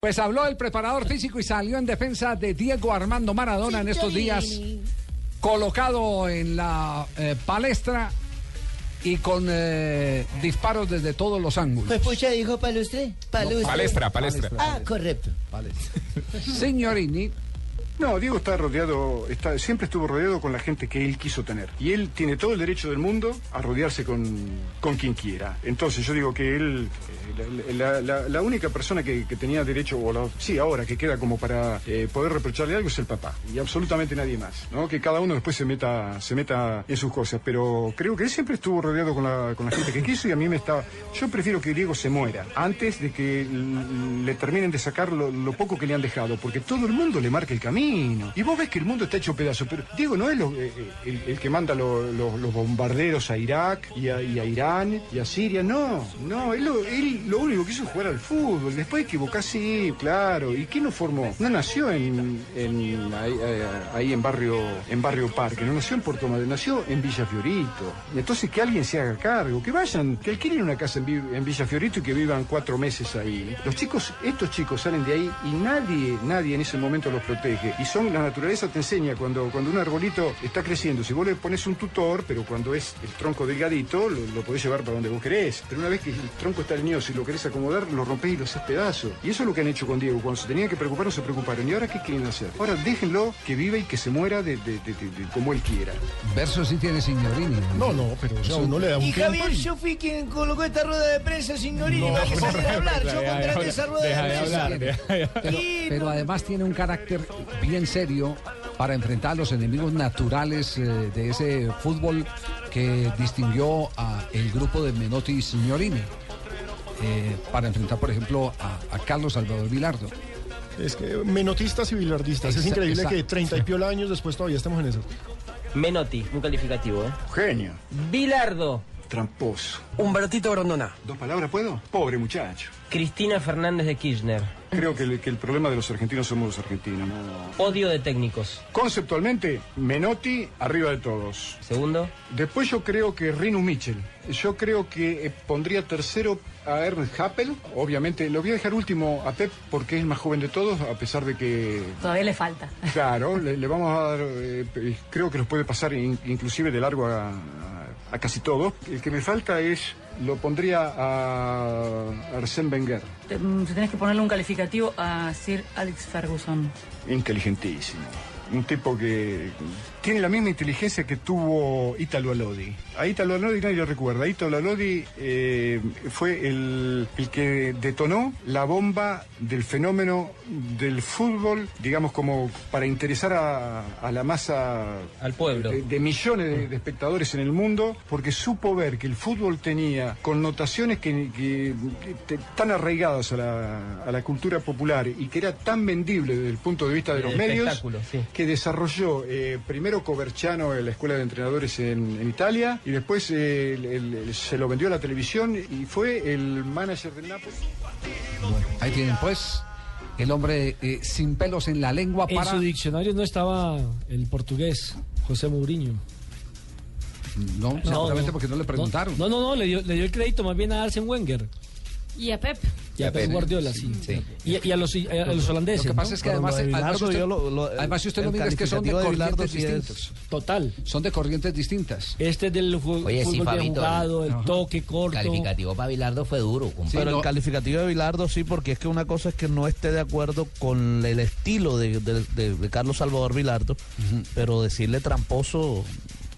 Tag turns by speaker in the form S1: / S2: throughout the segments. S1: Pues habló el preparador físico y salió en defensa de Diego Armando Maradona en estos días, colocado en la eh, palestra y con eh, disparos desde todos los ángulos.
S2: Pues pucha, dijo palustre. Palustre.
S3: Palestra, palestra.
S2: Ah, correcto.
S1: Signorini,
S4: No, Diego está rodeado, está, siempre estuvo rodeado con la gente que él quiso tener. Y él tiene todo el derecho del mundo a rodearse con, con quien quiera. Entonces yo digo que él, eh, la, la- la- la única persona que, que tenía derecho, o la- sí, ahora que queda como para eh, poder reprocharle algo es el papá. Y absolutamente nadie más. ¿no? Que cada uno después se meta, se meta en sus cosas. Pero creo que él siempre estuvo rodeado con la, con la gente que quiso y a mí me está... Yo prefiero que Diego se muera antes de que l- le terminen de sacar lo, lo poco que le han dejado, porque todo el mundo le marca el camino. Y vos ves que el mundo está hecho pedazo, pero Diego no es lo- eh, eh, el, el que manda lo- lo- los bombarderos a Irak y a, y a Irán y a Siria, no, no, él, lo- él lo único que hizo es jugar al fútbol, después equivocarse, sí, claro, ¿y quién lo formó? No nació en, en- ahí, eh, ahí en barrio en barrio Parque, no nació en Puerto Madero, nació en Villa Fiorito. Entonces que alguien se haga cargo, que vayan, que alquilen una casa en, Vi- en Villa Fiorito y que vivan cuatro meses ahí. Los chicos, estos chicos salen de ahí y nadie, nadie en ese momento los protege. Y son, la naturaleza te enseña cuando, cuando un arbolito está creciendo, si vos le pones un tutor, pero cuando es el tronco delgadito, lo, lo podés llevar para donde vos querés. Pero una vez que el tronco está alineado, si lo querés acomodar, lo rompés y lo haces pedazo. Y eso es lo que han hecho con Diego. Cuando se tenían que preocupar, no se preocuparon. ¿Y ahora qué quieren hacer? Ahora déjenlo que viva y que se muera de, de- de- de- de como él quiera.
S1: verso sí tiene Signorini.
S5: No, no, pero o sea, uno le da un
S2: Y
S5: tiempo
S2: Javier,
S5: y-
S2: yo fui quien colocó esta rueda de prensa sin Norini
S5: No,
S2: para que
S5: no,
S2: saliera a hablar. Yo
S3: deja de
S2: contraté
S3: hablar,
S2: esa rueda
S3: deja
S2: de
S3: de
S2: prensa.
S3: hablar, deja-
S1: Pero,
S2: Y
S1: pero
S2: no-
S1: además tiene un carácter bien serio para enfrentar a los enemigos naturales eh, de ese fútbol que distinguió a el grupo de Menotti y Signorini. eh, para enfrentar, por ejemplo, a, a Carlos Salvador Vilardo.
S5: Es que menotistas y billardistas. Es
S1: Exa-
S5: increíble
S1: exacto.
S5: que 30 y piola años después todavía estamos en eso. Pues
S6: Menotti, un calificativo, ¿eh?
S4: Genio,
S6: Bilardo,
S4: tramposo.
S6: Humbertito Grondona,
S4: ¿Dos palabras puedo? Pobre muchacho.
S6: Cristina Fernández de Kirchner,
S4: Creo que el, que el problema de los argentinos somos los argentinos. ¿no?
S6: odio de técnicos.
S4: Conceptualmente, Menotti arriba de todos.
S6: Segundo,
S4: Después yo creo que Rinu Mitchell. Yo creo que eh, pondría tercero a Ernst Happel. Obviamente, lo voy a dejar último a Pep porque es el más joven de todos, a pesar de que,
S7: Todavía le falta.
S4: claro, le, le vamos a dar, eh, pe- creo que los puede pasar in- inclusive de largo a, a casi todos. El que me falta es, lo pondría a Arsène Wenger.
S7: Te- mm, Tienes que ponerle un calificativo a Sir Alex Ferguson.
S4: Inteligentísimo. Un tipo que tiene la misma inteligencia que tuvo Italo Alodi. A Italo Alodi nadie lo recuerda. Italo Alodi eh, fue el, el que detonó la bomba del fenómeno del fútbol, digamos, como para interesar a, a la masa
S6: al pueblo.
S4: de, de millones de, de espectadores en el mundo, porque supo ver que el fútbol tenía connotaciones que, que- que te- tan arraigadas a la, a la cultura popular y que era tan vendible desde el punto de vista de
S6: El
S4: los medios,
S6: espectáculo, sí.
S4: que desarrolló eh, primero Coverciano en la escuela de entrenadores en, en Italia y después eh, el- el- se lo vendió a la televisión y fue el manager del Napoli.
S1: Ahí tienen pues el hombre eh, sin pelos en la lengua
S8: En
S1: para...
S8: su diccionario no estaba el portugués, José Mourinho.
S1: No, seguramente porque no le preguntaron.
S8: No, no, no, le dio, le dio el crédito más bien a Arsene Wenger
S7: Y a Pep.
S8: y a Pep Guardiola, sí. Y, y a, los, y a los holandeses.
S1: Lo que pasa
S8: ¿no?
S1: es que
S9: Pero
S1: además,
S9: lo de
S1: además
S9: Bilardo,
S1: usted,
S9: yo lo- lo- el-
S1: además si usted lo
S9: el
S1: mira es que son de
S9: calificativo de Bilardo
S1: corrientes
S9: sí es-
S1: distintas.
S8: Total.
S1: Son de corrientes distintas.
S8: Este es del ju-
S9: Oye, sí,
S8: fútbol bien
S9: Fabito,
S8: jugado, el
S1: ajá.
S8: toque corto.
S6: Calificativo para Bilardo fue duro,
S1: Sí,
S9: Pero
S1: no-
S9: el calificativo de Bilardo sí, porque es que una cosa es que no esté de acuerdo con el estilo de, de- de- de Carlos Salvador Bilardo, pero decirle tramposo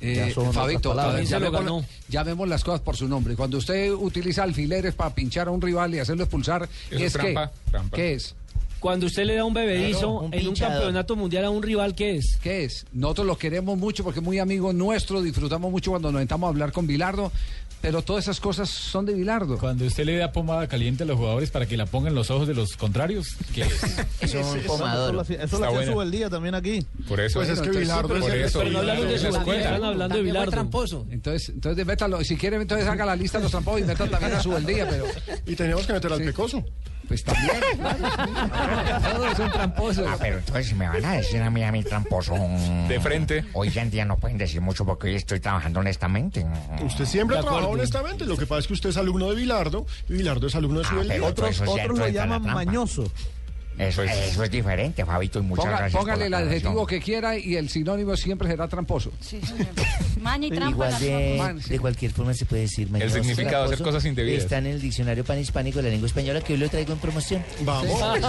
S9: ya
S1: Eh,
S9: son otras
S1: Fabito,
S9: palabras.
S8: también se lo
S1: llamemos,
S8: ganó.
S1: llamemos las cosas por su nombre. Cuando usted utiliza alfileres para pinchar a un rival y hacerlo expulsar,
S3: Eso es
S1: ¿es qué?
S3: trampa, trampa.
S1: ¿Qué es?
S8: Cuando usted le da un bebedizo
S9: Claro, un
S8: en un
S9: pinchado.
S8: campeonato mundial a un rival, ¿qué es?
S1: ¿Qué es? Nosotros lo queremos mucho porque es muy amigo nuestro, disfrutamos mucho cuando nos sentamos a hablar con Bilardo, pero todas esas cosas son de Bilardo.
S10: Cuando usted le da pomada caliente a los jugadores para que la pongan en los ojos de los contrarios, que
S9: Eso, eso- eso lo hacía- eso lo
S10: Está
S9: hacía
S10: buena.
S9: Subeldía también aquí.
S10: por eso
S5: Pues es que Bilardo es
S10: por
S5: el
S10: eso,
S8: Pero no hablaron de
S10: Bilardo
S8: su
S10: es la escuela.
S8: están hablando de Bilardo.
S1: Entonces, entonces métalo, si quiere, entonces haga la lista de los tramposos y metan también a su día, pero
S5: Y teníamos que meter al pecoso.
S1: pues también, claro, todo es un tramposo.
S11: Ah, pero entonces me van a decir a mí, a mi tramposo. mm,
S3: De frente.
S11: Hoy ya en día no pueden decir mucho porque hoy estoy trabajando honestamente. mm.
S5: Usted siempre ha
S8: De acuerdo.
S5: trabajado honestamente. Lo que pasa es que usted es alumno de Bilardo y Bilardo es alumno de
S11: Ah, pero
S5: Subeldía.
S11: todo
S9: Otros,
S11: eso sí
S9: otros
S11: entra
S9: lo
S11: dentro de la
S9: llaman
S11: trampa.
S9: mañoso.
S12: Eso, eso es diferente, Fabito, y muchas
S1: Ponga-
S12: gracias. por
S1: póngale el
S12: la
S1: adjetivo
S12: aclaración.
S1: que quiera y el sinónimo siempre será tramposo.
S7: Sí, señor. Maña y trampa.
S9: Igual
S7: las
S9: de,
S1: Man, sí.
S9: de cualquier forma se puede decir mañoso,
S11: significado de hacer
S9: tramposo,
S11: cosas indebidas.
S9: Está en el diccionario panhispánico de la lengua española que hoy lo traigo en promoción.
S13: Vamos.